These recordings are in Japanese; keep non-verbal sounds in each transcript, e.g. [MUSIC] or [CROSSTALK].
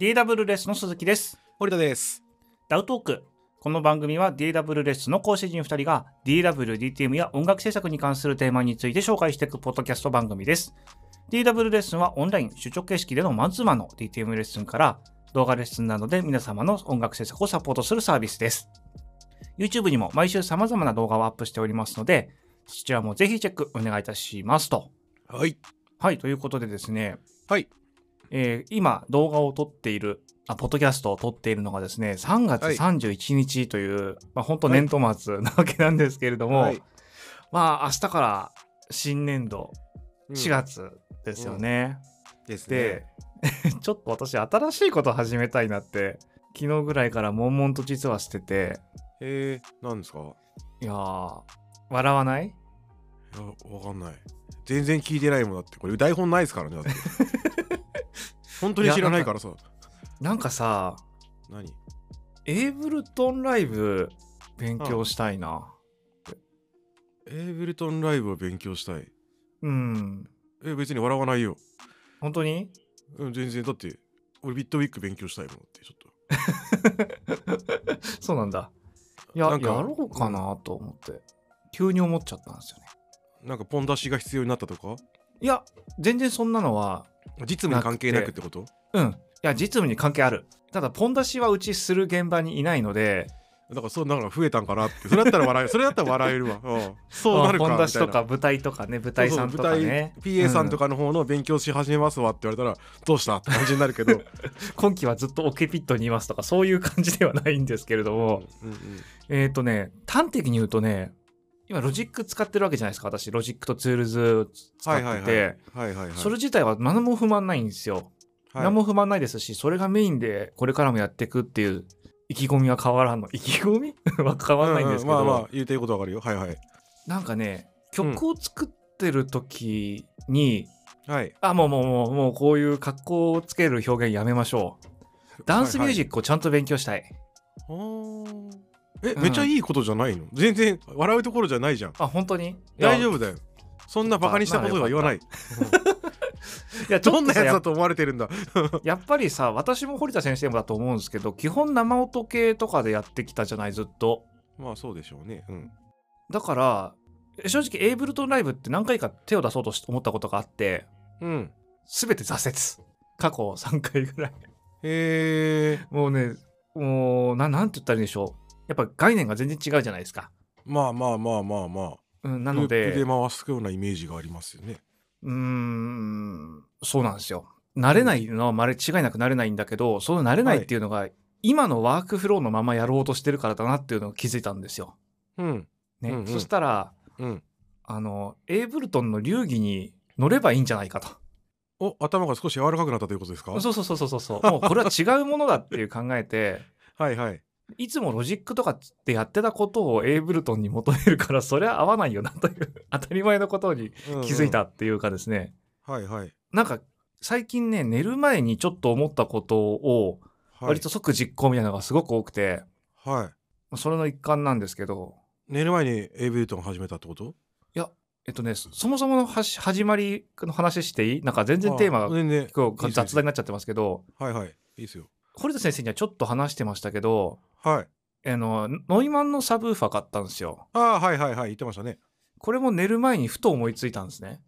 DW レッスンの鈴木です。堀田です。ダウトーク。この番組は DW レッスンの講師陣2人が DW、DTM や音楽制作に関するテーマについて紹介していくポッドキャスト番組です。DW レッスンはオンライン、主張形式でのマンツーマンの DTM レッスンから動画レッスンなどで皆様の音楽制作をサポートするサービスです。YouTube にも毎週様々な動画をアップしておりますので、そちらもぜひチェックお願いいたしますと。はい。はい、ということでですね、はい。えー今動画を撮っているあポッドキャストを撮っているのがですね3月はい31日という、まあ、本当年度末なわけなんですけれども、はいまあ明日から新年度4。月ですよね、ですで [LAUGHS] ね。、ちょっと私新しいこと始めたいなって昨日ぐらいから悶々と実はしててえー、なんですかいいやー笑わないや、わかんない。全然聞いてないもんだって。これ台本ないですからね。だ [LAUGHS] って。本当に知らないからさ。なんかさ何エイブルトンライブ勉強したいなエイブルトンライブを勉強したい。うんえ、別に笑わないよ。本当にうん、全然。だって、俺ビットウィック勉強したいもんだって、ちょっと。そうなんだ。いや、なやんかろうかなと思って、急に思っちゃったんですよね。なんかポン出しが必要になったとかいや、全然そんなのは、実務に関係なくってことうん。いや、実務に関係ある。ただ、ポン出しはうちする現場にいないので、だからそうなんか増えたんかなってそれだったら笑えそれだったら笑えるわ、うん、そうなるかポン出しとみたいなか舞台とかね、舞台さんとかねそう。そう舞台 PA さんとか、かの方の勉強し始めますわって言われたら、どうしたって感じにな [LAUGHS] るけど、今期はずっとオケピットにいますとか、そういう感じではないんですけれども、うんうんえっ、ー、とね、端的に言うとね、今、ロジック使ってるわけじゃないですか、私。ロジックとツールズ使ってはて、いはいはいはいはいはいそれ自体は何も不満ないんですよ。はい何も不満ないですしそれがメインでこれからもやっていくっていう意気込みは変わらんの意気込み [LAUGHS] は変わらないんですけど、うまあまあ言うてることわかるよはいはいなんかね曲を作ってる時に、はいあもうもうもうもうこういう格好をつける表現やめましょうダンスミュージックをちゃんと勉強したい、ク、はいはいあーえ、うんめっちゃいいことじゃないの全然笑うところじゃないじゃんあ本当に大丈夫夫だよそんなバカにしたことは言わないいやちょどっんとなさやつやだと思われてるんだやっぱりさ私も堀田先生もだと思うんですけど基本生音系とかでやってきたじゃないずっとまあそうでしょうねうんだから正直エイブルトンライブって何回か手を出そうとし思ったことがあってうんすべて挫折。過去3回ぐらい。へえもうね、もう、ななんて言ったらいいんでしょう。やっぱ概念が全然違うじゃないですか。まあまあまあまあまあうん、ななので、でう回すようなイメージがありますよねーん、そうなんですよ。慣れないのはまれ違いなく慣れないんだけど、その慣れないっていうのが、今のワークフローのままやろうとしてるからだなっていうのを気づいたんですよ。うんね。うんうんそしたら、うんあの、エイブルトンの流儀に乗ればいいんじゃないかと。お頭が少し柔らかくなったということですかそうそうそうそうそう。もうこれは違うものだっていう考えて、はいはいいつもロジックとかでやってたことをエイブルトンに求めるから、それは合わないよなという [LAUGHS] 当たり前のことに気づいたっていうかですね、うんうん、はいはいなんか最近ね、寝る前にちょっと思ったことを、はい割と即実行みたいなのがすごく多くて、はいそれの一環なんですけど、寝る前にエイブルトン始めたってことえっとね、そそもそものはし始まりの話していいなんか全然テーマあが全然結構いいです雑談になっちゃってますけど、はいはいいいですよ堀田先生にはちょっと話してましたけど、はいあの、ノイマンのサブウーファー買ったんですよ。ああはいはいはい言ってましたねこれも寝る前にふと思いついたんですね。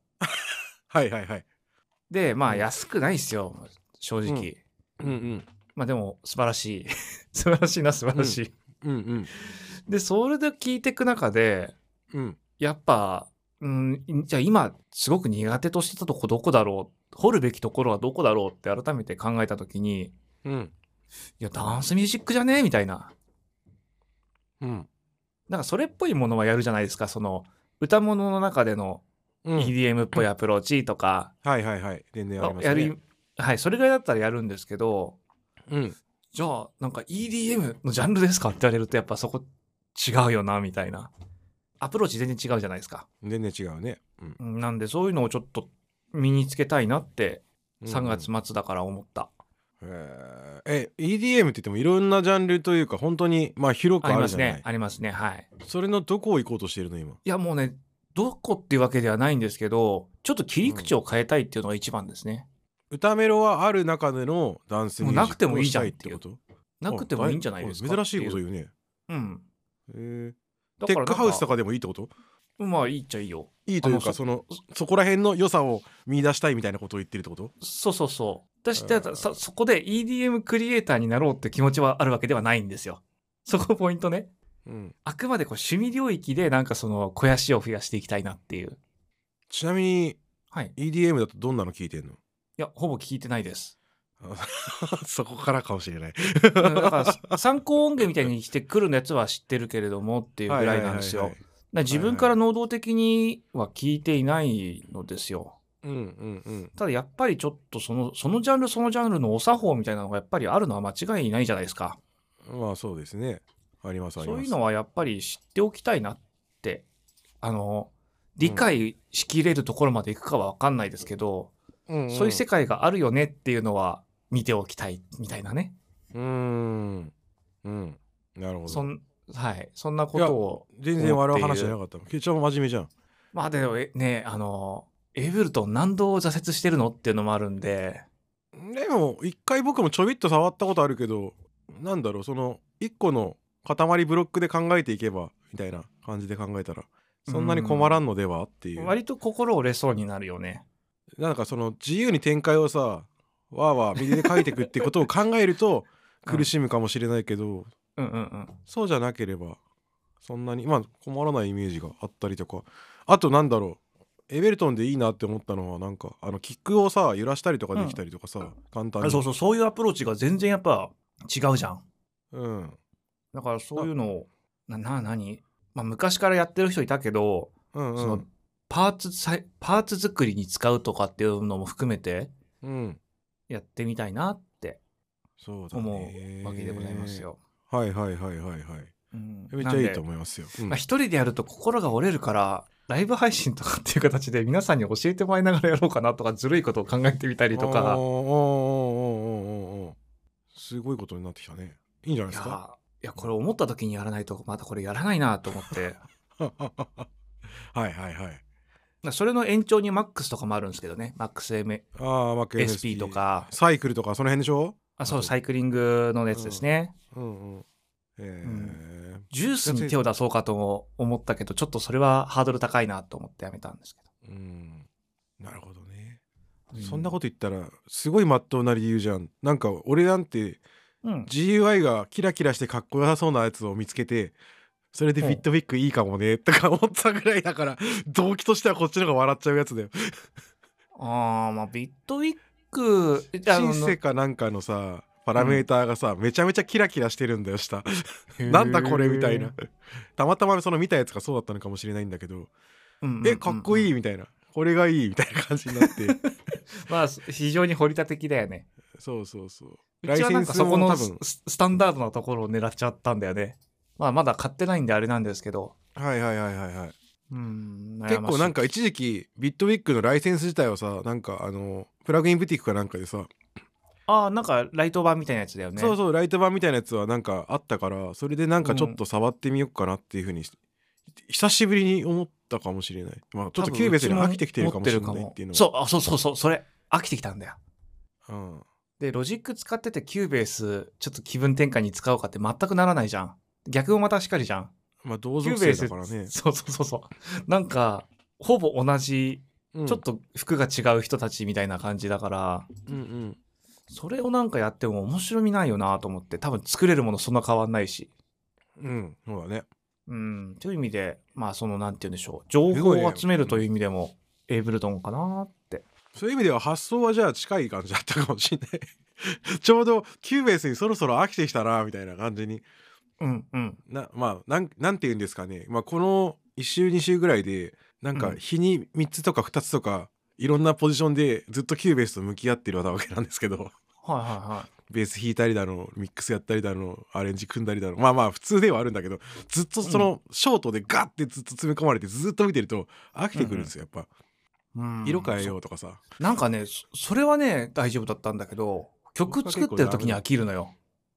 はいはいはいでまうあん安くないっすよ正直、んうんうんまあでも素晴らしい [LAUGHS] 素晴らしいな素晴らしい、うんでそれで聞いていく中でうんうんやっぱうんじゃあ今すごく苦手としてたとこどこだろう掘るべきところはどこだろうって改めて考えた時にうんいやダンスミュージックじゃねえみたいなうんなんかそれっぽいものはやるじゃないですかその歌物の中でのうん EDM っぽいアプローチとか、はいはいはい全然ありますねやるはいそれぐらいだったらやるんですけどうんじゃあなんか EDM のジャンルですかって言われるとやっぱそこ違うよなみたいなアプローチ全然違うじゃないですか全然違うねうんうんなんでそういうのをちょっと身につけたいなって3月へ末だから思った、ーえ EDM って言ってもいろんなジャンルというか本当にまあ広くありあまるすじゃないねありますねはいそれのどこを行こうとしているの今いやもうねどこっていうわけではないんですけどちょっと切り口を変えたいっていうのが一番ですね、歌メロはある中でのダンスミもュージックうなくてもいいじゃんをしたいってことなくてもいいんじゃないですかあ珍しいことう。言うねうん。へえだテからッなんかクハウスとかでもいいってことまあいいっちゃいいよ。いいというあのかそのそこら辺の良さを見出したいみたいなことを言ってるってことそうそうそう。私うだんそそこで EDM クリエイターになろうって気持ちはあるわけではないんですよ。そこポイントね。うんあくまでこう趣味領域でなんかその肥やしを増やしていきたいなっていう。ちなみにはい。 EDM だとどんなの聞いてん [LAUGHS] のいや、ほぼ聞いてないです。あそこからかもしれないうんだから [LAUGHS] 参考音源みたいにしてくるのやつは知ってるけれどもっていうぐらいなんですよ。はいはいだから自分から能動的には聞いていないのですよ。はいはいうんうんうんただやっぱりちょっとそのそのジャンルそのジャンルのお作法みたいなのがやっぱりあるのは間違いないじゃないですか。まあそうですね。ありますありそます。ういうのはやっぱり知っておきたいなってあの理解しきれるところまでいくかは分かんないですけど、うんんそういう世界があるよねっていうのは見ておきたいみたいなねうーん。うん。なるほそど。ん,、はい、そんなことを全然笑う話じゃなかったの。ケチャも真面目じゃん。まあでもえねあのエイブルトン何度挫折してるのっていうのもあるんででも一回僕もちょびっと触ったことあるけど、なんだろうその一個の塊ブロックで考えていけばみたいな感じで考えたら。そんなに困らんのではっていう。割と心折れそうになるよね。なんかその自由に展開をさ、わーわー右で書いていくってことを考える [LAUGHS] と苦しむかもしれないけど、うんうんうん、そうじゃなければそんなにまあ困らないイメージがあったりとかあとなんだろうエベルトンでいいなって思ったのはなんかあのキックをさ揺らしたりとかできたりとかさ、簡単あにそうそうそういうアプローチが全然やっぱ違うじゃんうんだからそういうのをなな何、まあ、昔からやってる人いたけど、うんうそのんパーツさいパーツ作りに使うとかっていうのも含めてうんやってみたいなってそうだ思ねうわけでございますよ。はいはいはいはいはいうんめっちなゃいいとんで思いますよ、うんまあ、一人でやると心が折れるからライブ配信とかっていう形で皆さんに教えてもらいながらやろうかなとかずるいことを考えてみたりとおーかおーおーおーおーすごいことになってきたねいいんじゃないいですかやいやこれ思った時にやらないとまたこれやらないなと思って [LAUGHS] はいはいはいまあそれの延長に MAX とかもあるんですけどね MAXMSP あーまあ MSP とかサイクルとかその辺でしょあそうサイクリングのやつですね、うんうんえージュースに手を出そうかと思ったけどちょっとそれはハードル高いなと思ってやめたんですけうんなるほどね、ど、そんなこと言ったらすごい真っ当な理由じゃんなんか俺なんてと、うん、 GUI がキラキラしてかっこよさそうなやつを見つけてそれでフィットビックいいかもね [LAUGHS] とか思ったぐらい [LAUGHS] だから動機としてはこっちの方が笑っちゃうやつだよああまあビットウィックえあシンセのかなんかのさパラメーターがさ、めちゃめちゃキラキラしてるんだよ下なんだこれみたいな、たまたまその見たやつがそうだったのかもしれないんだけど、うんうんうんうんえかっこいいみたいなこれがいいみたいな感じに [LAUGHS] なってまあ非常に掘り立て的だよねそうそうそううちはなんかそこラのイセンスも多分ススタンダードなところを狙っちゃったんだよねまあまだ買ってないんであれなんですけどはいはいはいはいはいうん結構なんか悩ましい一時期ビットウィックのライセンス自体をさなんかあのプラグインブティックかなんかでさ、ああなんかライト版みたいなやつだよねそうそうライト版みたいなやつはなんかあったからそれでなんかちょっと触ってみようかなっていうふうに、久しぶりに思ったかもしれないまあちょっとキューベースに飽きてきてるかもしれないっていうのはそうあそうそうそうそれ飽きてきたんだようん、で、ロジック使っててキューベースちょっと気分転換に使おうかって全くならないじゃん。逆もまたしかりじゃん。まあ同キュ族ーベ性ース、だからね、そうそうそうそう。なんか、ほぼ同じ、うんちょっと服が違う人たちみたいな感じだから、うんうんそれをなんかやっても面白みないよなと思って、多分作れるものそんな変わんないし。うんそうだねうん、という意味で、まあその、なんて言うんでしょう。情す報ごいねを集めるという意味でも、エイブルトンかなって。そういう意味では発想はじゃあ近い感じだったかもしれない [LAUGHS] ちょうどキューベースにそろそろ飽きてきたなみたいな感じにうんうん。なまあなんなんて言うんですかね、まあ、この1週2週ぐらいでなんうかん日に3つとか2つとかいろんなポジションでずっとキューベースと向き合ってるわけなんですけど [LAUGHS] はいはいはい。ベース弾いたりだのミックスやったりだのアレンジ組んだりだのまあまあ普通ではあるんだけどずっとそのショートでガッてずっと詰め込まれてずっと見てると飽きてくるんですよやっぱうん色変えようとかさなんかね、そそれはね、大丈夫だったんだけど、曲作ってる時に飽きるのよ。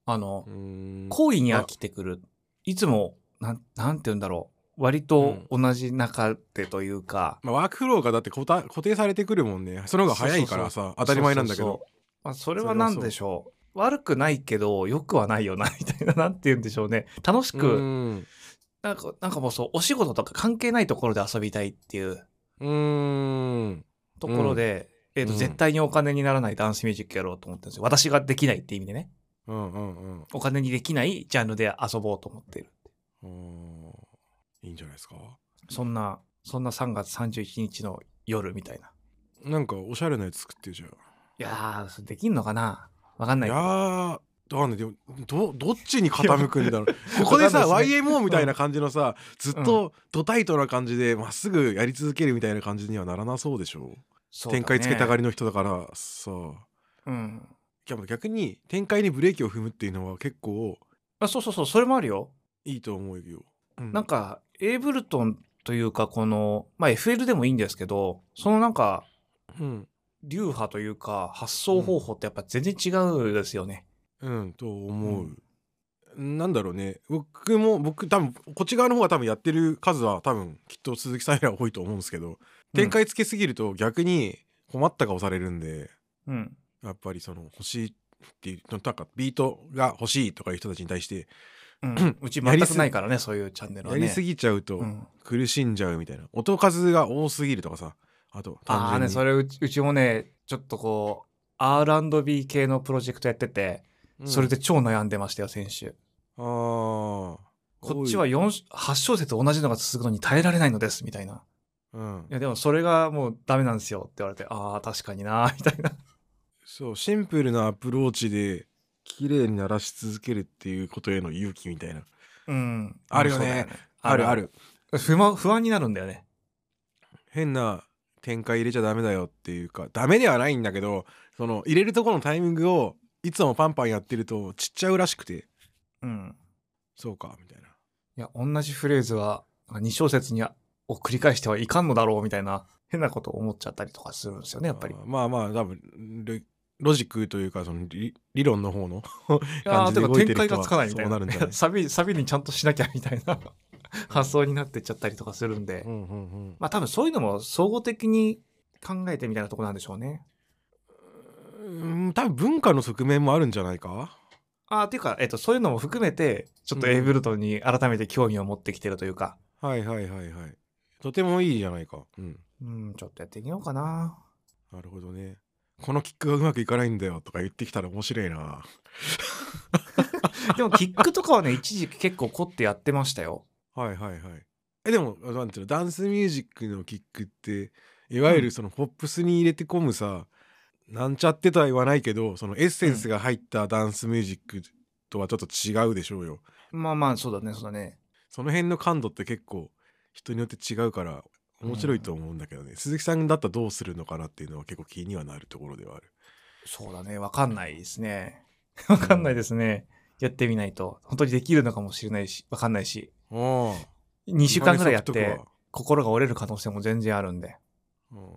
あのう、ーん行為に飽きてくる。いつも、なん、なんて言うんだろう。割と同じ中でというか、まあ、ワークフローがだって固た固定されてくるもんねその方が早いからさ当たり前なんだけどそうそうそうまあ、それは何でしょう悪くないけど良くはないよなみたいななんて言うんでしょうね楽しうくんなんかなんかもうそうお仕事とか関係ないところで遊びたいっていううんところで、えーとうん絶対にお金にならないダンスミュージックやろうと思ってるんですよ私ができないって意味でねうんうんお金にできないジャンルで遊ぼうと思ってるうんあーいいんじゃないですかそんなそんな3月31日の夜みたいななんかおしゃれなやつ作ってじゃんいやーそれできんのかなわかんないいけやどーどうなんだよどどっちに傾くんだろうここで [LAUGHS] わさかんないです YMO みたいな感じのさずっとドタイトな感じでまっすぐやり続けるみたいな感じにはならなそうでしょそうだね展開つけたがりの人だからさうんでも逆に展開にブレーキを踏むっていうのは結構あそうそうそうそれもあるよいいと思うよ、うんなんかエイブルトンというかこのまあ FL でもいいんですけどそのなんかうん流派というか発想方法ってやっぱ全然違うんですよね、うんと思う、なんだろうね僕も僕多分こっち側の方が多分やってる数は多分きっと鈴木さんよりは多いと思うんですけど展開つけすぎると逆に困った顔されるんで、うんやっぱりその欲しいっていうなんかビートが欲しいとかいう人たちに対してうん、 [CLEARS THROAT] うち全くないからねそういうチャンネルはやねりすぎちゃうとうん、苦しんじゃうみたいな、音数が多すぎるとかさあと単ああ純にねそれうちうちもねちょっとこう R&B 系のプロジェクトやってて、うんそれで超悩んでましたよ先週あーこっちは多い4 8小節同じのが続くのに耐えられないのですみたいなうんいやでもそれがもうダメなんですよって言われてああ確かになーみたいなそうシンプルなアプローチで綺麗に鳴らし続けるっていうことへの勇気みたいなうん。あるよねそうだあるあ。るの不満、不安になるんだよね。変な展開入れちゃダメだよっていうかダメではないんだけどその入れるところのタイミングをいつもパンパンやってるとちっちゃうらしくてうん。そうかみたいないや、同じフレーズは、2小節には、を繰り返してはいかんのだろうみたいな、変なことを思っちゃったりとかするんですよね、やっぱりあ。ーまあまあ多分ロロジックというかその理理論の方のああ、感じてでか動い展てる人開はがつかないみたいそうなな。るんじゃないサビ、サビにちゃんとしなきゃみたいな [LAUGHS] 発想になってっちゃったりとかするんで。うんうんうんまあ多分そういうのも総合的に考えてみたいなとこなんでしょうね。うん多分文化の側面もあるんじゃないかああ、ていうか、えっと、そういうのも含めて、ちょっとエイブルトンに改めて興味を持ってきてるというか、はいはいはいはいとてもいいじゃないかうんうん、ちょっとやってみようかな。なるほどねこのキックがうまくいかないんだよとか言ってきたら面白いなでも、キックとかはね、一時期結構凝ってやってましたよ。はいはいはいえでもなんていうのダンスミュージックのキックっていわゆるそのポップスに入れて込むさ、なんちゃってとは言わないけどそのエッセンスが入ったダンスミュージックとはちょっと違うでしょうよまあまあ、そうだね、そうだね。その辺の感度って結構人によって違うから面白いと思うんだけどね、鈴木さんだったらどうするのかなっていうのは結構気にはなるところではあるそうだね、わかんないですね。わかんないですね。やってみないと。本当にできるのかもしれないし、わかんないし。あ2週間ぐらいやって、心が折れる可能性も全然あるんで。うん、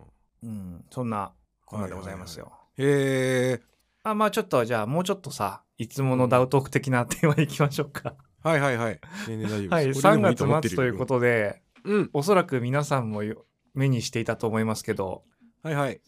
うん、そんな、こんなでございますよ。へえあ、まあちょっと、じゃあもうちょっとさ、いつものダウトーク的なテーマいきましょうか。はいはいはい全然大丈夫ですはい、これで3もいい思っ月て末るということで、うんおそらく皆さんもよ目にしていたと思いますけど、はいはい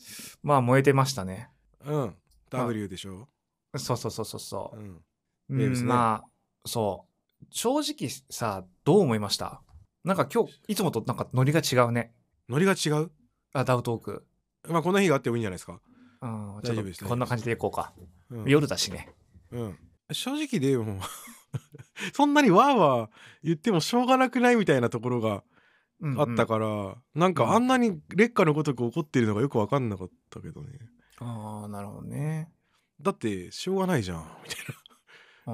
まあ燃えてましたね。うん W でしょ、そうそうそうそうそうう。ん、うんウェーブスねまあそう正直さどう思いましたなんか今日いつもとなんかノリが違うねノリが違うあダウトーク、まあこんな日があってもいいんじゃないですか、うん、大丈夫ですちょっとこんな感じでいこうか、うん夜だしねうん、正直でもう [LAUGHS] そんなにわーわー言ってもしょうがなくないみたいなところがあったか、から、なんうかんあんなに劣化のごとく怒ってるのがよく分かんなかったけどねああなるほどねだってしょうがないじゃんみたいだな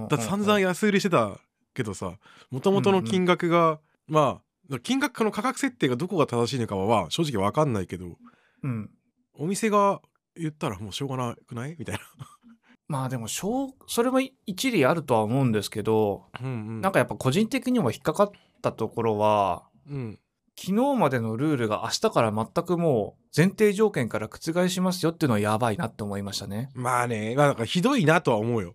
だって散々安売りしてたけどさもともとの金額が、まあ金額の価格設定がどこが正しいのかは正直分かんないけどうんお店が言ったらもうしょうがなくないみたいまあでもしょうそれも一理あるとは思うんですけど、なうん、うん、なんかやっぱ個人的にも引っかかったところはうん昨日までのルールが明日から全くもう前提条件から覆しますよっていうのはやばいなって思いましたね。まあねまあなんかひどいなとは思うよ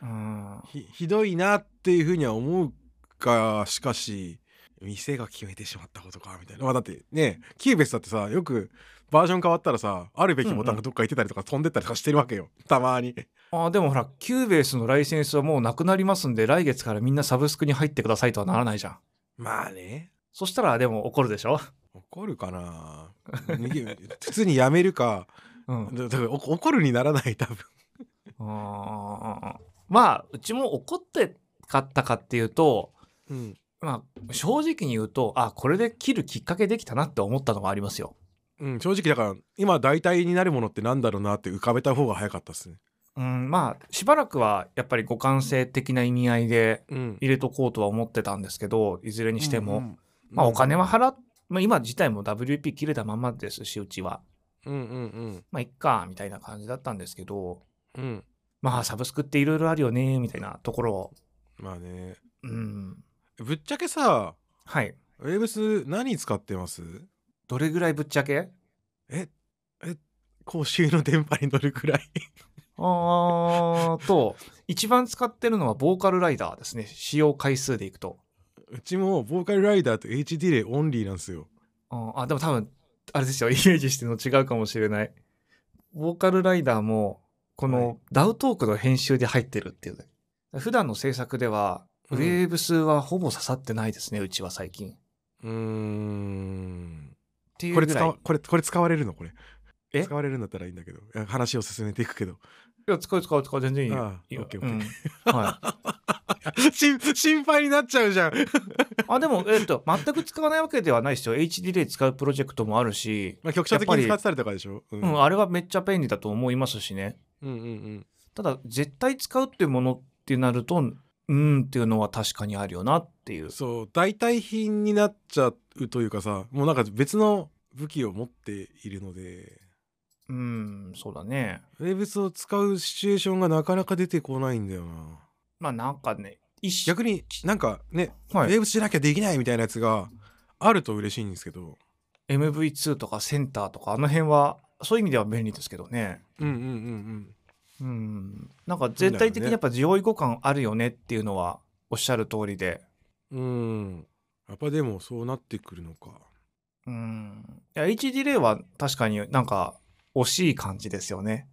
うん、ひひどいなっていうふうには思うかしかし店が決めてしまったことかみたいなまあだってねキューベスだってさよくバージョン変わったらさあるべきボタンがどっか行ってたりとか飛んでったりとかしてるわけよたまにあーでもほらキューベースのライセンスはもうなくなりますんで来月からみんなサブスクに入ってくださいとはならないじゃんまあねそしたらでも怒るでしょ、怒るか [LAUGHS] な逃げ普通にやめるかうん、だだからお怒るにならない多分あーまあうちも怒って買ったかっていうとうんまあ正直に言うとあこれで切るきっかけできたなって思ったのがありますようん、正直だから今代替になるものってなんだろうなって浮かべた方が早かったですね。うんまあしばらくはやっぱり互換性的な意味合いでうん、入れとこうとは思ってたんですけどいずれにしても、うんうんまあお金は払っ、まあ、今自体も WP 切れたまんまですしうちはうんうんまあいっかみたいな感じだったんですけどうんうんまあサブスクっていろいろあるよねみたいなところをまあねうんぶっちゃけさはいウェブス何使ってますどれぐらいぶっちゃけええ公衆の電波に乗るくらい [LAUGHS] あーと、一番使ってるのはボーカルライダーですね。使用回数でいくと。うちもボーカルライダーと HD レイオンリーなんですよ。あーあ、でも多分、あれです [LAUGHS] よ。イメージしてるの違うかもしれない。ボーカルライダーも、こはいのダウトークの編集で入ってるっていうね。普段の制作では、うウんェーブスはほぼ刺さってないですね、うちは最近。っうーんていうこれぐら使いわ。これこれ使われるのこれえ使われるんだったらいいんだけどいや話を進めていくけどいや、使う使う使う、全然いいよ。ああいいよオッケーオッケーうんはい。 [LAUGHS] 心心配になっちゃうじゃんあ、でも、えっと、全く使わないわけではないですよ。HD で使うプロジェクトもあるし、まあ局所的に使ってたりとかでしょ、ううん、あれはめっちゃ便利だと思いますしね。うんうんうんただ絶対使うっていうものってなるとうんっていうのは確かにあるよなっていうそう代替品になっちゃうというかさもうなんか別の武器を持っているのでうんそうだねウェブスを使うシチュエーションがなかなか出てこないんだよなまあなんかね一逆になんかね、はウい、ェブスしなきゃできないみたいなやつがあると嬉しいんですけど MV2 とかセンターとかあの辺はそういう意味では便利ですけどねうんうんうんうんうんなんか絶対的にやっぱ上位互換あるよねっていうのはおっしゃる通りでうんやっぱでもそうなってくるのかうんいや HD レイは確かになんか惜しい感じですよね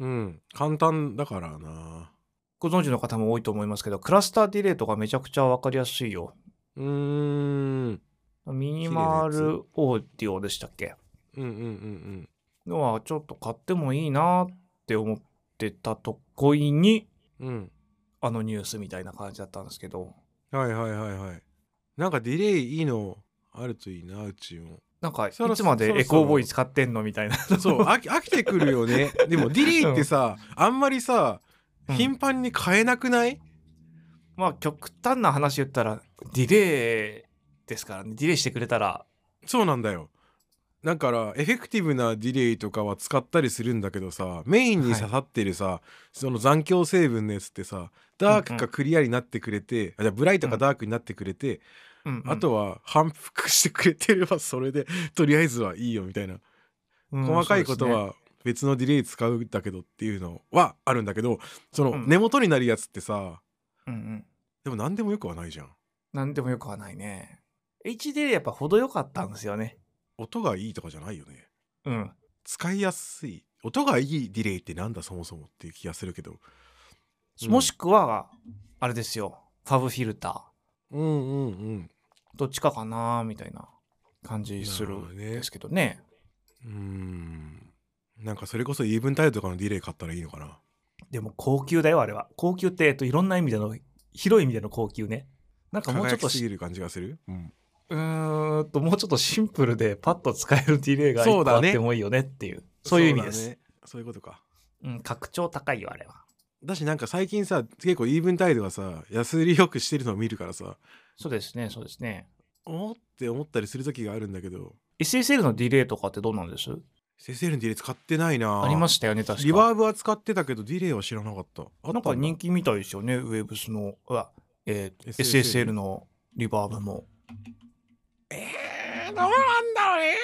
うん簡単だからなご存知の方も多いと思いますけどクラスターディレイとかめちゃくちゃ分かりやすいようーんミニマルオーディオでしたっけうんうんうんのはちょっと買ってもいいなって思ってたとこいにうんうんあのニュースみたいな感じだったんですけどはいはいはいはいなんかディレイいいのあるといいなう [LAUGHS] ちもなんかいそろつまそでろエコーボーイ使ってんのみたいなそう [LAUGHS] 飽き飽きてくるよねでもディレイってさあんまりさうん頻繁に変えなくない、まあ極端な話言ったらディレイですからねディレイしてくれたらそうなんだよだからエフェクティブなディレイとかは使ったりするんだけどさメインに刺さってるさ、その残響成分のやつってさダークうんうかクリアになってくれて、あじゃあブライトかダークになってくれて、うんうんあとは反復してくれてればそれでとりあえずはいいよみたいなうん細かいこそとうですねは別のディレイ使うんだけどっていうのはあるんだけどそのうん根元になるやつってさうんうんでも何でもよくはないじゃんなんでもよくはないね HD やっぱ程よかったんですよね音がいいとかじゃないよねうん使いやすい音がいいディレイってなんだそもそもっていう気がするけどうんもしくはあれですよファブフィルターうんうんうんどっちかかなみたいな感じするなるほどんねですけどね。うーんなんかそれこそイーブンタイルとかのディレイ買ったらいいのかなでも高級だよあれは。高級って、えっと、いろんな意味での広い意味での高級ね。なんかもうちょ輝っときすしぎる感じがする、うん、うーんともうちょっとシンプルでパッと使えるディレイがそう一個あだっねてもいいよねっていうそういう意味です。うそうだねそういうことかん拡張高いよあれは。だしなんか最近さ結構イーブンタイルはさ安売りよくしてるのを見るからさそうですねそうですね。おーって思ったりする時があるんだけど SSL のディレイとかってどうなんですセセルのディレイ使ってないなありましたよね確かリバーブは使ってたけどディレイは知らなかったあったなんか人気みたいですよねウェブスのうわ、えー SSL のリバーブも。えーどうなんだろうね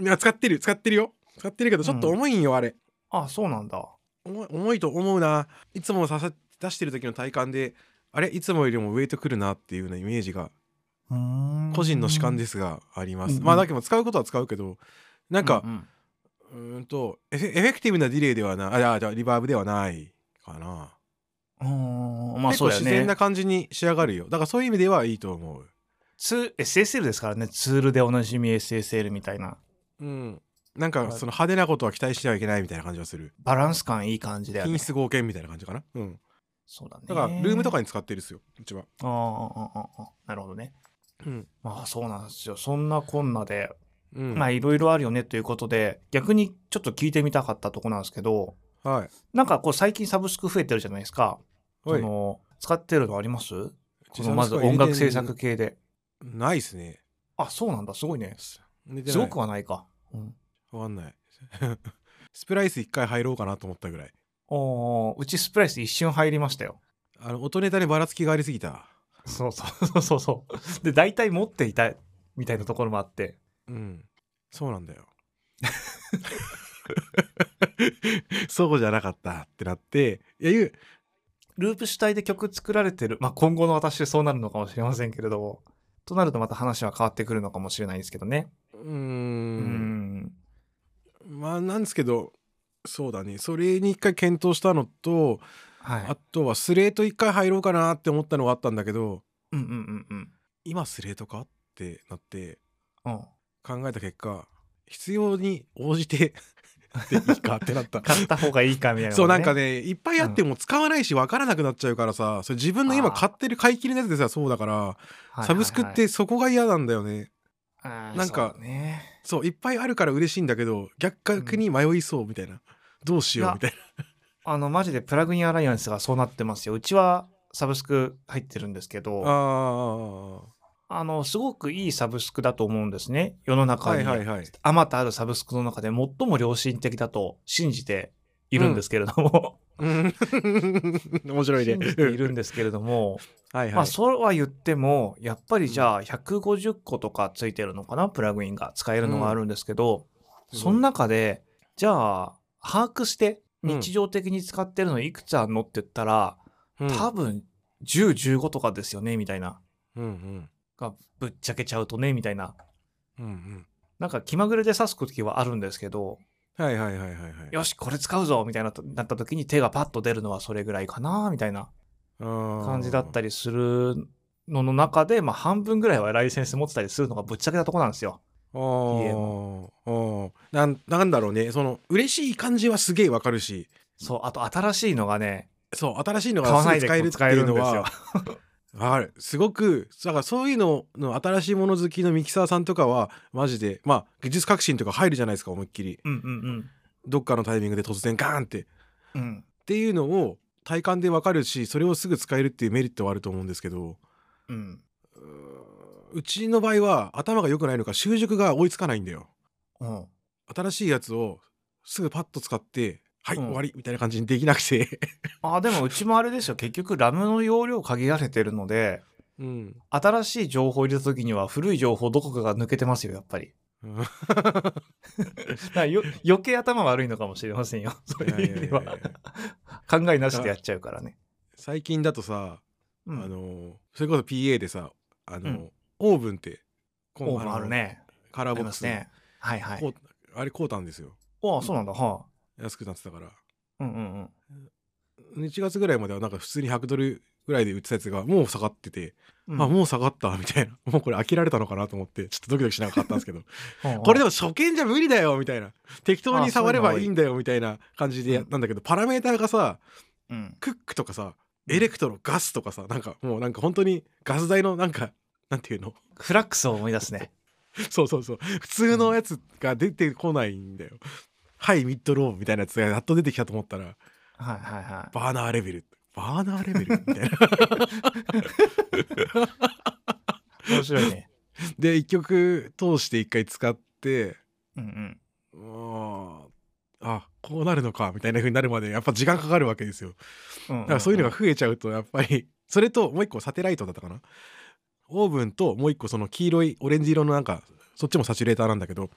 いや使ってる使ってるよ使ってるけどちょっと重いんよ、あれあそうなんだ。重い重いと思うないつもささ出してる時の体感であれいつもよりもウェイトくるなっていうようなイメージが個人の主観ですがあります、まあだけど使うことは使うけどなんかう、んうーんとエフェエフェクティブなディレイではないあじゃあリバーブではないかうな、んあーまあ結そ構うだよ自然ねな感じに仕上がるよだからそういう意味ではいいと思うツー SSL ですからねツールでおなじみ SSL みたいなうんなんはいかその派手なことは期待してはいけないみたいな感じはするバランス感いい感じだよ品ね質合計みたいな感じかなうんそうだねだからルームとかに使ってるっすようちはあーあーあーあーなるほどねうん、まあそうなんですよそんなこんなでうん、まあはいいろいろあるよねということで逆にちょっと聞いてみたかったとこなんですけどなんかこう最近サブスク増えてるじゃないですかそはいの使ってるのありますこの自分まのず使い入れてん音楽制作系でないっすねあそうなんだすごいねす入れてないごくはないか、うん、わかんない [LAUGHS] スプライス一回入ろうかなと思ったぐらいおーうちスプライス一瞬入りましたよあの音ネタにばらつきがありすぎたそうそうそうそうそうで大体持っていたみたいなところもあってうんそうなんだよ [LAUGHS] そうじゃなかったってなっていやいうループ主体で曲作られてる、まあ、今後の私でそうなるのかもしれませんけれどとなるとまた話は変わってくるのかもしれないですけどねうーうんんまあなんですけどそうだねそれに一回検討したのとはいあとはスレート一回入ろうかなって思ったのがあったんだけどうんうんうんうん今スレートかってなってうん考えた結果必要に応じてでいいかって [LAUGHS] なった買った方がいいかみたいな、そうなんか、ねいっぱいあっても使わないし分からなくなっちゃうからさそれ自分の今あー買ってる買い切りのやつでさそうだからはいはいはいサブスクってそこが嫌なんだよねあーなんかそうだねそういっぱいあるから嬉しいんだけど逆に迷いそうみたいなどうしようみたいあのマジでプラグインアライアンスがそうなってますようちはサブスク入ってるんですけなどああのすごくいいサブスクだと思うんですね世のあ中はにいはいはいあまたあるサブスクの中で最も良心的だと信じているんですけれども、うん [LAUGHS] 面 [LAUGHS] 白いね信じて [LAUGHS] いるんですけれども、はいまはあいそうは言ってもやっぱりじゃあ150個とかついてるのかなプラグインが使えるのがあるんですけど、うんその中でじゃあ把握してうん日常的に使ってるのいくつあるのって言ったら、うん多分1015とかですよねみたいなうんうんがぶっちゃけちゃうとねみたいなうんうんなんか気まぐれで指す時はあるんですけどはいはいはいはいはいよしこれ使うぞみたいなとなった時に手がパッと出るのはそれぐらいかなみたいな感感じだったりするのの中で、まあ、半分ぐらいはライセンス持ってたりするのがぶっちゃけたとこなんですよ。あーあーなんなんだろうねその嬉しい感じはすげえわかるしそうあと新しいのがねそう新しいの買わがすなぐいで使使ええるっているうんでのすよはわかるすごくだからそういうのの新しいもの好きのミキサーさんとかはマジでまあ技術革新とか入るじゃないですか思いっきりうんうんどっかのタイミングで突然ガーンってっうんうんていうのを体感でわかるしそれをすぐ使えるっていうメリットはあると思うんですけどうんうーうちの場合は頭が良くないのか習熟が追いつかないんだようん新しいやつをすぐパッと使ってはい、うん終わりみたいな感じにできなくてあでもうちもあれですよ結局ラムの容量限られてるのでうん新しい情報を入れた時には古い情報どこかが抜けてますよやっぱりだ [LAUGHS] からよ余計頭悪いのかもしれませんよそういう意味では考えなしでやっちゃうからね、最近だとさうん、あのそれこそ PA でさあの、うんオーブンってこんオーブンあるねのカラあーりボッまクすス、ねはいはいこうあれこうたんですよああそうなんだは安くなってたからあうんうんうん1月ぐらいまではなんか普通に100ドルぐらいで売ってたやつがもう下がってて、うんあもう下がった [LAUGHS] みたいなもうこれ飽きられたのかなと思ってちょっとドキドキしながら買ったんですけどうんうんこれでも初見じゃ無理だよみたいな適当に触れあそばういいうの多いいんだよみたいな感じでやったんだけど、パラメーターがさうんクックとかさエレクトロガスとかさなんかもうなんか本当にガス代のなんかなんていうの [LAUGHS] フラックスを思い出すねそうそうそう普通のやつが出てこないんだよ、はいミッドローブみたいなやつがやっと出てきたと思ったらはいはいはバーナーレベルバーナーレベルみたいない面白いねで1曲通して1回使ってうんうんうーんあこうなるのかみたいな風になるまでやっぱ時間かかるわけですようんだからそういうのが増えちゃうとやっぱり [LAUGHS] それともう一個サテライトだったかなオーブンともう一個その黄色いオレンジ色のなんかそっちもサチュレーターなんだけど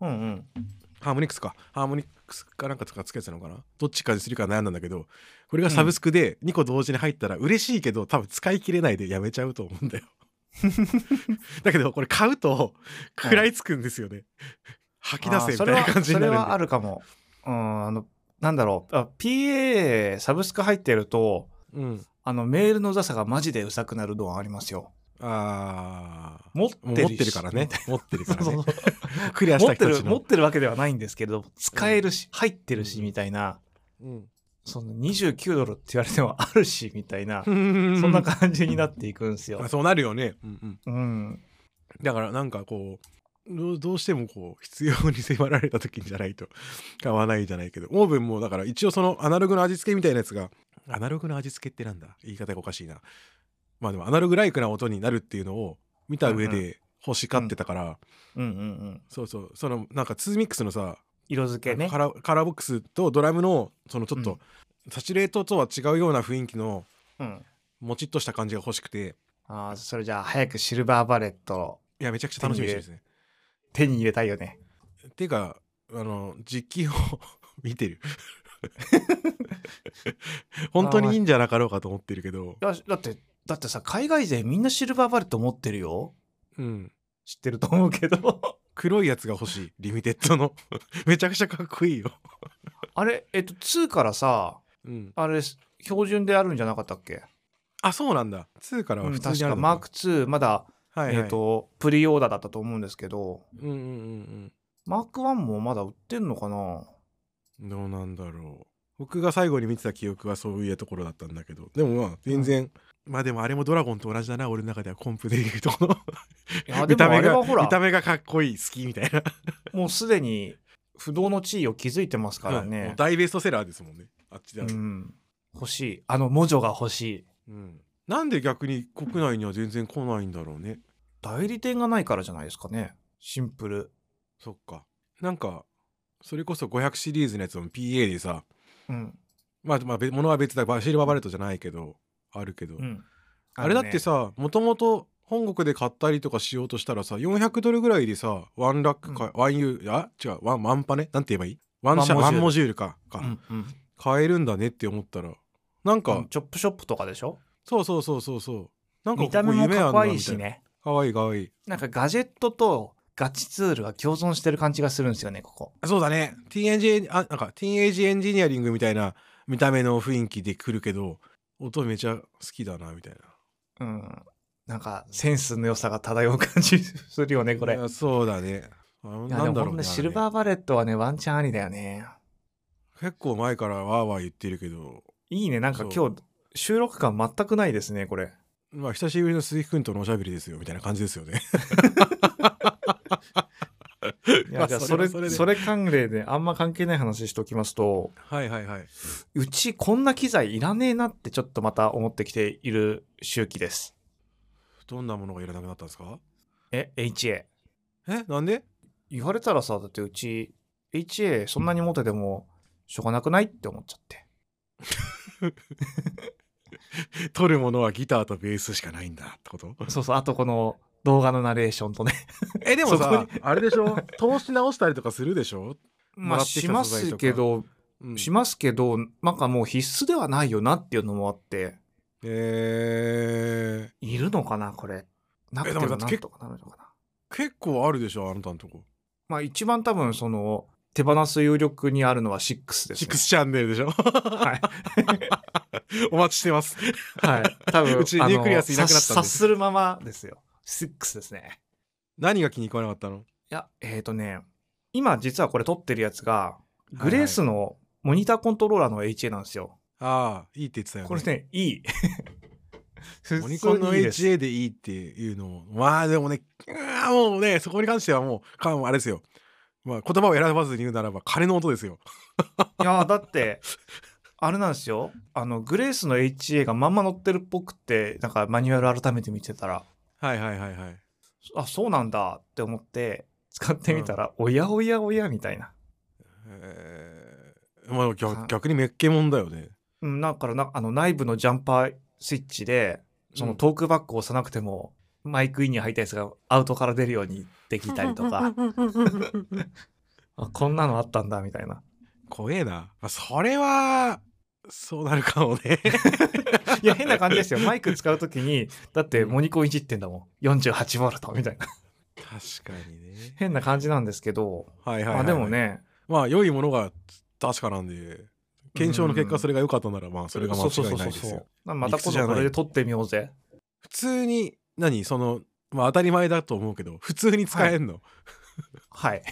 うんうんハーモニクスかハーモニクスかなんかつかつけてたのかなどっちかにするか悩んだんだけどこれがサブスクで2個同時に入ったら嬉しいけど多分使い切れないでやめちゃうと思うんだよ [LAUGHS] だけどこれ買うと食らいつくんですよね、吐き出せみたいな感じになるあーそれはそれんではあるかもうんあのなんだろうあ PA サブスク入ってるとうん、あのメールのうざさがマジでうざくなるのはありますよあー持ってもうる持ってるか [LAUGHS] らね持ってるそかうらそうね [LAUGHS] そうクリアし持たって人たるち持っの、てるわけではないんですけど使えるし、入ってるしうんみたいな、うん、その29ドルって言われてもあるしみたいな、そそんんな感じになっていくんですよあ。そうなるよね、うんうん、うん、だからなんかこうどうどうしてもこう必要に迫られた時じゃないと [LAUGHS] 買わないじゃないけどオーブンもだから一応そのアナログの味付けみたいなやつがアナログの味付けってなんだ言い方がおかしいなまあでもアナログライクな音になるっていうのを見た上うんで欲しがってたから、うんうんうんそうそうそのなんか2ミックスのさ色付けねカラカラーボックスとドラムのそのちょっと、うんサチュレートとは違うような雰囲気のうん、もちっとした感じが欲しくてあーそれじゃあ早くシルバーバレットをいやめちゃくちゃ楽しみにしてるんですね手に入れたいよねていうかあの実機を [LAUGHS] 見てる本当にいいんじゃなかろうかと思ってるけど、いやだってだってさ海外勢みんなシルバーバレット持ってるようん、知ってると思うけど黒いやつが欲しいリミテッドの [LAUGHS] めちゃくちゃかっこいいよ、 [LAUGHS] あれえっと2からさうん、あれ標準であるんじゃなかったっけ、あそうなんだ2からはうん普通確にあるかのマーク2まだ、はいはい、えっとプリオーダーだったと思うんですけどうんうんうんマーク1もまだ売ってんのか [LAUGHS] なうんどうなんだろう僕が最後に見てた記憶はそういうところだったんだけどでもまあ全然、まあでもあれもドラゴンと同じだな俺の中ではコンプでいうとこいやので見もた [LAUGHS] あ目れがはほら見た目がかっこいい好きみたいなもうすでに不動の地位を築いてますからうんもうね、大ベストセラーですもんねあっちでうある、ん、欲しいあのモジョが欲しいうんなんで逆に国内には全然来ないんだろうね代理店がないからじゃないですかねシンプルそっかなんかそれこそ500シリーズのやつも PA でさうんまあ、まあ、べ物は別だシルバーバレットじゃないけどあるけど、うんあれだってさもともと本国で買ったりとかしようとしたらさ400ドルぐらいでさワンラックか、ワンユーあ違うワンワンパネなんて言えばいいワンシャワワンンモモジュールかか、あのねうんうん買えるんだねって思ったらなんか、うんチョップショップとかでしょそうそうそうそうそうなんか見ここた目も夢かあっんなこいいみたしいなねかわいいかわいいなんかガジェットとガチツールが共存してる感じがするんですよねここそうだね。ティーンエイジ、あ、なんか、ティーンエイジエンジニアリングみたいな見た目の雰囲気で来るけど、音めちゃ好きだな、みたいな。うんなんかセンスの良さが漂う感じするよねこれいやそうだね。あいやでなもんだほろんうとね。シあれルバーバレットはねワンチャンありだよね結構前からわーわー言ってるけど、いいねなんか今日収録感全くないですねこれまあ、久しぶりの鈴木くんとのおしゃべりですよ、みたいな感じですよね。いまやあじゃあそそれれはそれでそれ関連であんま関係ない話しておきますとはいはいはい。うちこんな機材いらねえなってちょっとまた思ってきている周期ですどんなものがいらなくなったんですかえ HA え、なんで言われたらさだってうち HA そんなに持っててもしょうがなくないって思っちゃって取るものはギターとベースしかないんだってことそうそうあとこの動画のナレーションとね [LAUGHS] え、でもそこさ、あれでしょ投資直したりとかするでしょ、まもあらってきたしま素材とすかけどうんしますけどなんかもう必須ではないよなっていうのもあってえー、いるのかなこれなくてえもでなもんだってとかなるのかな結構あるでしょあなたのとこ。まあ一番多分その手放す有力にあるのは6ですシッねクスチャンネルでしょはい [LAUGHS] お待ちしてます。 [LAUGHS] はい。多分、うちあのニュークリアスいなくなったんで察察するままですよ。6ですね。何が気に食わなかったのいや、えっ、ー、とね、今実はこれ撮ってるやつが、グレースのモニターコントローラーの HA なんですよ。ああ、いいって言ってたよね。これね、い [LAUGHS] い。モニコン普通のにいいです。 HA でいいっていうのを。まあでもね、あーもうね、そこに関してはもう、かあれですよ。まあ言葉を選ばずに言うならば、鐘の音ですよ。いや、だって、あれなんですよ。あの、グレースの HA がまんま乗ってるっぽくって、なんかマニュアル改めて見てたら、はいはいはいはい。あ、そうなんだって思って、使ってみたら、おやおやおやみたいな。えー、まあか逆逆にめっけもんだよね。うん、だからなあの内部のジャンパースイッチでそのうんトークバックを押さなくても、マイクインに入ったやつがアウトから出るようにできたりと [LAUGHS] か [LAUGHS] あこんなのあったんだみたいな怖えな。まあ、それは、そうなるかもね [LAUGHS] いや変な感じですよマイク使う時にだってモニコンいじってんだもん48ボルトみたいな確かにね変な感じなんですけど、はいはい、まはい、あ、でもねまあ良いものが確かなんで検証の結果それが良かったならまあそれが間違いないですそうそうそうよそうまた理屈今じゃ度ないこれで撮ってみようぜ普通に何そのまあ当たり前だと思うけど普通に使えんの、はい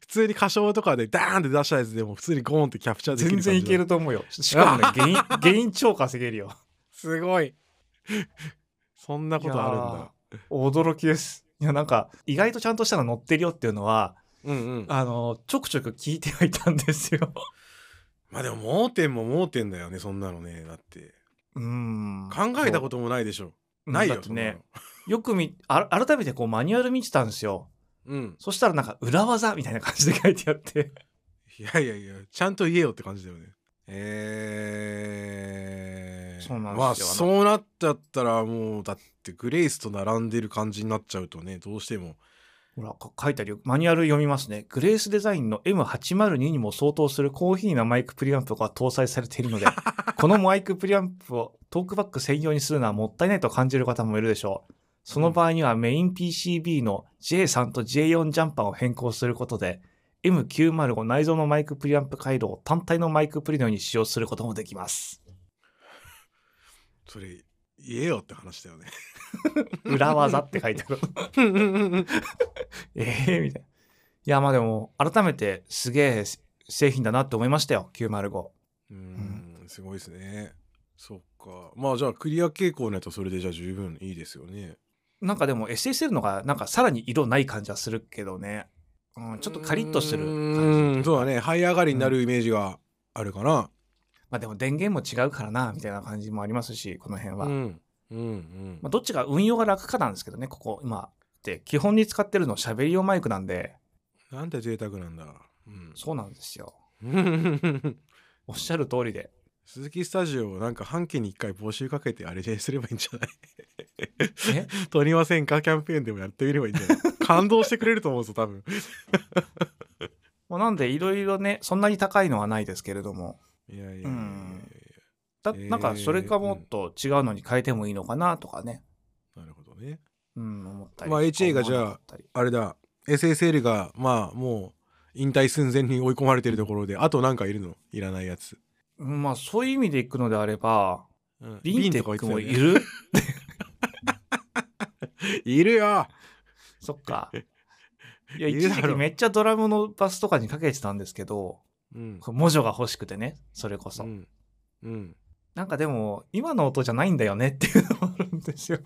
普通に歌唱とかでダーンって出したやつでも普通にゴーンってキャプチャーできる全然感じいけると思うよしかもね [LAUGHS] 原因原因超稼げるよすごい [LAUGHS] そんなことあるんだいやー驚きですいやなんか意外とちゃんとしたの乗ってるよっていうのはうんうんあのちょくちょく聞いてはいたんですよまあでも盲点も盲点だよねそんなのねだってうん考えたこともないでしょとないよだってねよくみあ改めてこうマニュアル見てたんですよそんなのうんそしたらなんか裏技みたいな感じで書いてあっていやいやいやちゃんと言えよって感じだよねえー、そうなんですよまあのあそうなっちゃったらもうだってグレイスと並んでる感じになっちゃうとねどうしてもほら、か書いてあるよ。マニュアル読みますね。グレースデザインの M802 にも相当する高品位なマイクプリアンプが搭載されているので、このマイクプリアンプをトークバック専用にするのはもったいないと感じる方もいるでしょう。その場合にはメイン PCB の J3 と J4 ジャンパーを変更することで、M905 内蔵のマイクプリアンプ回路を単体のマイクプリのように使用することもできます。それ言えよって話だよね裏技って書いてある。ええみたいな。いや、まあでも、改めてすげえ製品だなって思いましたよ、905。うんすごいですねそっかまあじゃあクリア傾向のやつはそれでじゃあ十分いいですよねなんかでも SSL のがなんかさらに色ない感じはするけどね、うん、ちょっとカリッとしてる感うじんそうだね這い上がりになるイメージがあるかな、まあでも電源も違うからなみたいな感じもありますしこの辺は、うんうんうんまあ、どっちが運用が楽かなんですけどねここ今って基本に使ってるの喋り用マイクなんでなんて贅沢なんだ、うんそうなんですよ鈴おっしゃる通りで木スタジオをなんか半期に1回募集かけてあれですればいいんじゃない [LAUGHS] え [LAUGHS] 取りませんかキャンペーンでもやってみればいいんじゃない感動してくれると思うぞ多分まあなんでいろいろねそんなに高いのはないですけれどもいやいやいやいやうんだえーなんかそれかもっと違うのに変えてもいいのかなとかね、なるほどねうん、思ったりまあ HA がじゃあ思わなかったりあれだ SSL がまあもう引退寸前に追い込まれてるところであとなんかいるのいらないやつ、うんまあそういう意味でいくのであればうんリンテとかッ言ってクたよもいねる、いるよそっか。いや、いるだ一ろ時期めっちゃドラムのバスとかにかけてたんですけど、うんこう文字が欲しくてね、それこそ。うんうんなんかでも、今の音じゃないんだよねっていうのもあるんですよ。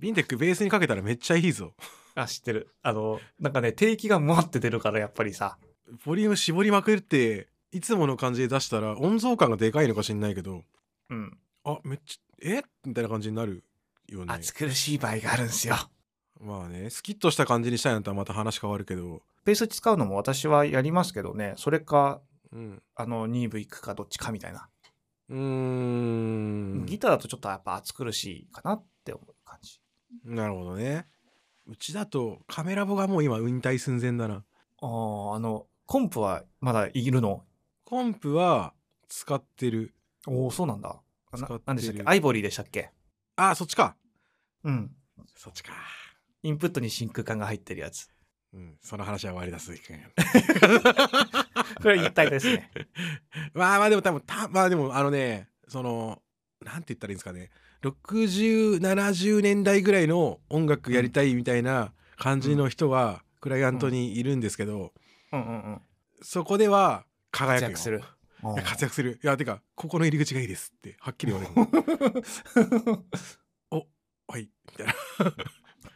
ビンテックベースにかけたらめっちゃいいぞ [LAUGHS] あ、知ってる。あの、なんかね、定域がもわって出るから、やっぱりさ。ボリューム絞りまくっていつもの感じで出したら音像感がでかいのか知んないけどうん。あめっちゃえみたいな感じになるよね暑苦しい場合があるんですよ。まあねスキッとした感じにしたいなとはまた話変わるけどベース使うのも私はやりますけどね、それか、うんあの、2部行くかどっちかみたいな。うーんギターだとちょっとやっぱ暑苦しいかなって思う感じ。なるほどねうちだとカメラボがもう今引退寸前だなああ、あの、コンプはまだいるのコンプは使ってるおお、そうなんだ。あ使ってなるなんでしたっけアイボリーでしたっけあそっちかうん。そっちかインプットに真空管が入ってるやつ。うんその話は終わりだ鈴木君 [LAUGHS] これは一体ですね。 [LAUGHS] まあまあでも多分たまあでもあのねそのなんて言ったらいいんですかね6070年代ぐらいの音楽やりたいみたいな感じの人はクライアントにいるんですけど、 [LAUGHS] うんうんうん。そこでは輝活くよ躍する。いや活躍するいやてかここの入り口がいいですってはっきり言われる [LAUGHS] はいみたい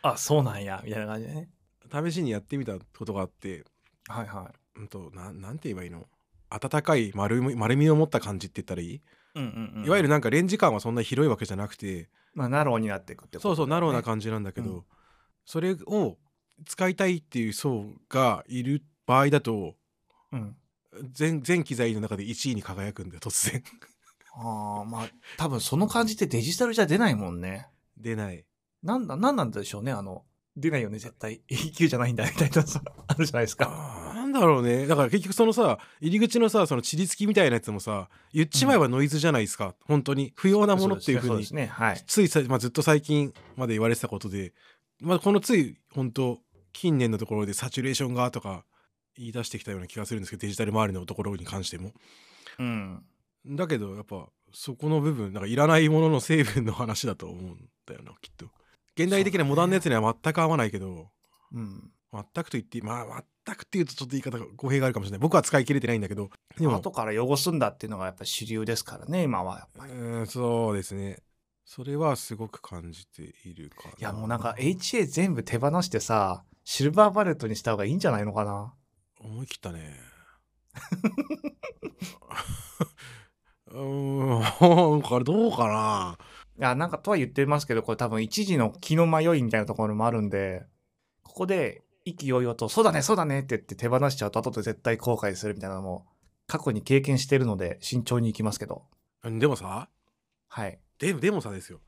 あ、そうなんや、みたいな感じでね。な試しにやってみたことがあってはいはうんとなんなんて言えばいいの温かい丸み丸みを持った感じって言ったらいい、い。うんうんうん。いわゆる、るなんかレンジ感はそんな広いわけじゃなくて、まあ、ナローになっていくってこと、そうそうナローな感じなんだけど、うんそれを使いたいっていう層がいる場合だとじ。うん。全全機材の中で1位に輝くんだよ [LAUGHS] 突然ああ、まあ、多分その感じってデジタルじゃ出ないもんね。出ないなんだ、なんなんでしょうね、あの、出ないよね、絶対。E 級じゃないんだ、みたいな、そうあるじゃないですか。ななんだろうねだから結局そのさ入り口のさそのちりつきみたいなやつもさ言っちまえばノイズじゃないですか、本当に不要なものっていうふそううにですね。はい。ついさ、まあ、ずっと最近まで言われてたことで、まあ、このつい本当近年のところでサチュレーションがとか言い出してきたような気がするんですけどデジタル周りのところに関しても。うん。だけどやっぱそこの部分なんかいらないものの成分の話だと思うんだよなきっと。現代的なモダンなやつには全く合わないけどうん。全くと言ってまあ全くっていうとちょっと言い方が語弊があるかもしれない僕は使い切れてないんだけどでも後から汚すんだっていうのがやっぱ主流ですからね、今はやっぱり。うんそうですねそれはすごく感じているかいや、もうなんか HA 全部手放してさ、シルバーバレットにした方がいいんじゃないのかな。思い切っ [LAUGHS] たねうーん [LAUGHS] なんかどうかないや、なんかとは言ってますけど、これ多分一時の気の迷いみたいなところもあるんで、ここで意気揚々と、そうだね、そうだねって言って手放しちゃうと、後で絶対後悔するみたいなのも、過去に経験してるので、慎重に行きますけど。でもさはい。ででもさですよ、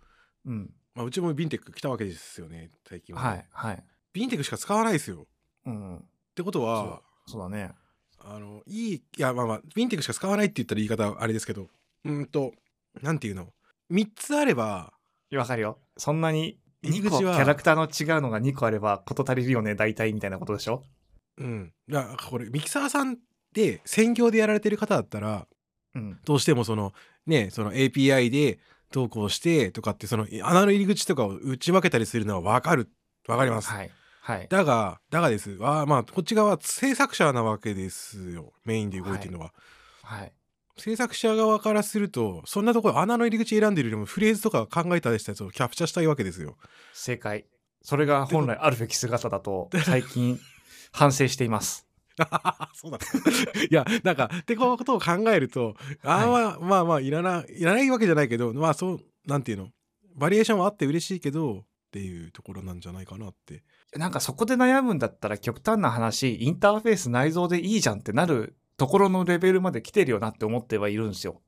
うん。まあ、うちもビンテック来たわけですよね最近は、はい、はい。ビンテックしか使わないですよっうん。てことはそうだね。あのいいいやまあまあビンテックしか使わないって言ったら言い方あれですけどうーんとなんていうの3つあればわかるよ。そんなに、入り2口個キはャラクターの違うのが2個あれば事足りるよね、大体みたいなことでしょうんいやこれミキサーさんで専業でやられてる方だったらうん。どうしてもそのねその API で投稿してとかってその穴の入り口とかを打ち分けたりするのは分かる分かります、はい。はい。だがだがですはまあこっち側は制作者なわけですよメインで動いてるのは、はい。制作者側からするとそんなところ穴の入り口選んでるよりもフレーズとか考えたりしたやつをキャプチャしたいわけですよ正解。それが本来あるべき姿だと、最近、反省しています。そうだ [LAUGHS] いやなんかってことを考えるとあー、はまあまあまあいらないいらないわけじゃないけどまあそうなんていうのバリエーションはあって嬉しいけどっていうところなんじゃないかなって [LAUGHS] なんかそこで悩むんだったら極端な話、インターフェース内蔵でいいじゃんってなるところのレベルまで来てるよなって思ってはいるんですよ。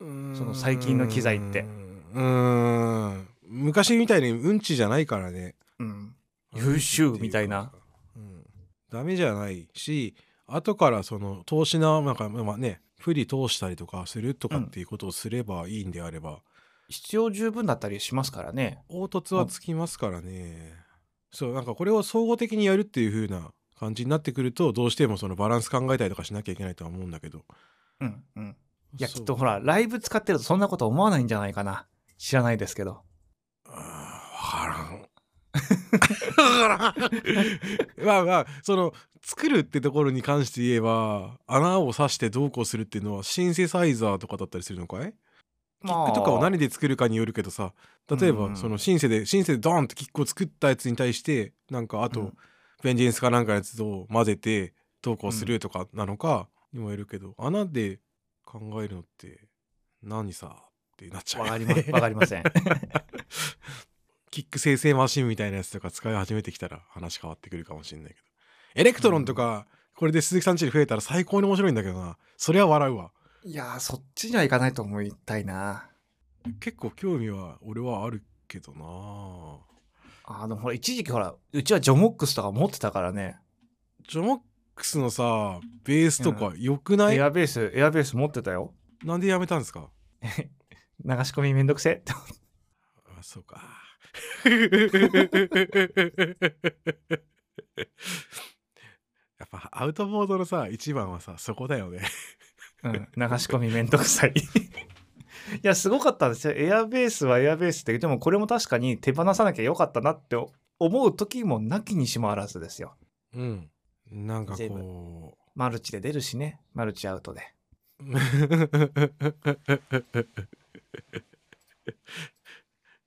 そその最近の機材ってうーん昔みたいにうんちじゃないからねうん。優秀みたいな、うん、ダメじゃないし後からその投資ななんかまあね不利通したりとかするとかっていうことをすればいいんであれば、必要十分だったりしますからね。凹凸はつきますからね、そうなんかこれを総合的にやるっていう風な感じになってくるとどうしてもそのバランス考えたりとかしなきゃいけないとは思うんだけどうん。うん。いや、そうきっとほら、ライブ使ってるとそんなこと思わないんじゃないかな。知らないですけど。あーわからんわからん [LAUGHS] まあまあその作るってところに関して言えば穴を刺してどうこうするっていうのはシンセサイザーとかだったりするのかいキックとかを何で作るかによるけどさ例えうんばそのシンセでシンセでドーンってキックを作ったやつに対してなんかあうとんベンジンスかなんかのやつを混ぜて投稿するとかなのかにもよるけど穴で考えるのって何さってなっちゃうわよかりね [LAUGHS] ま、わかりません。 [LAUGHS] キック生成マシンみたいなやつとか使い始めてきたら話変わってくるかもしれないけどエレクトロンとかこれで鈴木さんちに増えたら最高に面白いんだけどなそれは笑うわいやー、そっちにはいかないと思いたいな。結構興味は俺はあるけどなあの、ほら、一時期ほら、うちはジョモックスとか持ってたからね。ジョモックスのさベースとか良くない、エアベース、エアベース持ってたよ。なんでやめたんですか流し込みめんどくせえ [LAUGHS] って。あそうかやっぱアウトボードのさ一番はさそこだよねうん、流し込みめんどくさい。い [LAUGHS] や、すごかったんですよ。エアベースはエアベースって、でもこれも確かに手放さなきゃよかったなって思う時もなきにしもあらずですよ。うんなんか全こうマルチで出るしね。マルチアウトで。 [LAUGHS] っ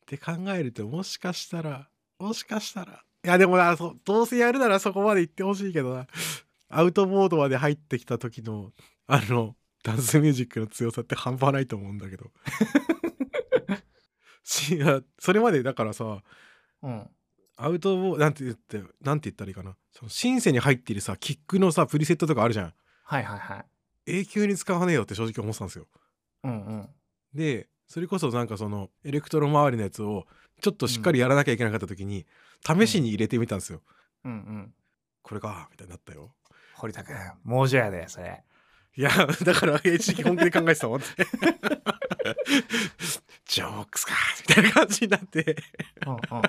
て考えるともしかしたらもしかしたらいやでもなそどうせやるならそこまで行ってほしいけどなアウトボードまで入ってきた時のあのダンスミュージックの強さって半端ないと思うんだけど [LAUGHS] しあそれまでだからさうん。アウトボードなんて言ってなんて言ったらいいかなそのシンセに入ってるさキックのさプリセットとかあるじゃんはいはいはい。永久に使わねえよって正直思ってたんですようんうん。でそれこそなんかそのエレクトロ周りのやつをちょっとしっかりやらなきゃいけなかった時に、試しに入れてみたんですよ、うんうん。これかみたいになったよ堀田君猛女やでそれいやだから HG 本気で考えてたもんってジョークスかみたいな感じになってうんうんうんい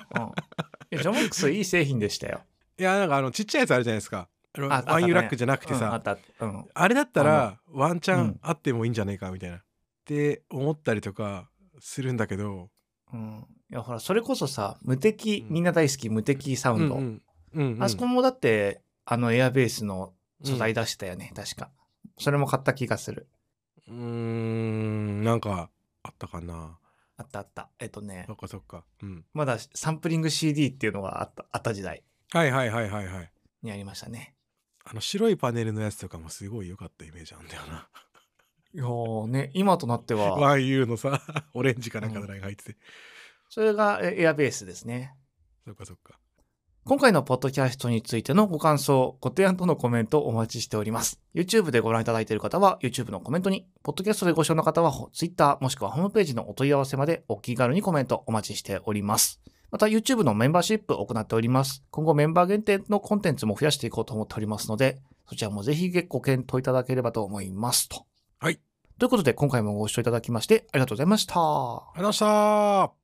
やジョモックスいい製品でしたよいやなんかあのちっちゃいやつあるじゃないですかあのああったねワンユーラックじゃなくてうんあさ、ったうんあれだったらワンチャうンんあってもいいんじゃねえかみたいな、って思ったりとかするんだけど、うんいやほらそれこそさ無敵うんみんな大好き無敵サウンド、うんうんうんうんあそこもだってあのエアベースの素材出してたよね、確かそれも買った気がするうんうーんなんかあったかなあったあったえっとねそっかそっか、うん、まだサンプリング CD っていうのがあったあった時代はいはいはいはいはいにありましたねあの白いパネルのやつとかもすごい良かったイメージあんだよないやーね今となっては [LAUGHS] ワンユーのさオレンジかなんかのラインが入ってて、それがえエアベースですねそっかそっか今回のポッドキャストについてのご感想、ご提案とのコメントをお待ちしております。YouTube でご覧いただいている方は YouTube のコメントに、ポッドキャストでご視聴の方は Twitter もしくはホームページのお問い合わせまでお気軽にコメントお待ちしております。また YouTube のメンバーシップを行っております。今後メンバー限定のコンテンツも増やしていこうと思っておりますので、そちらもぜひご検討いただければと思いますと。はい。ということで今回もご視聴いただきましてありがとうございました。ありがとうございました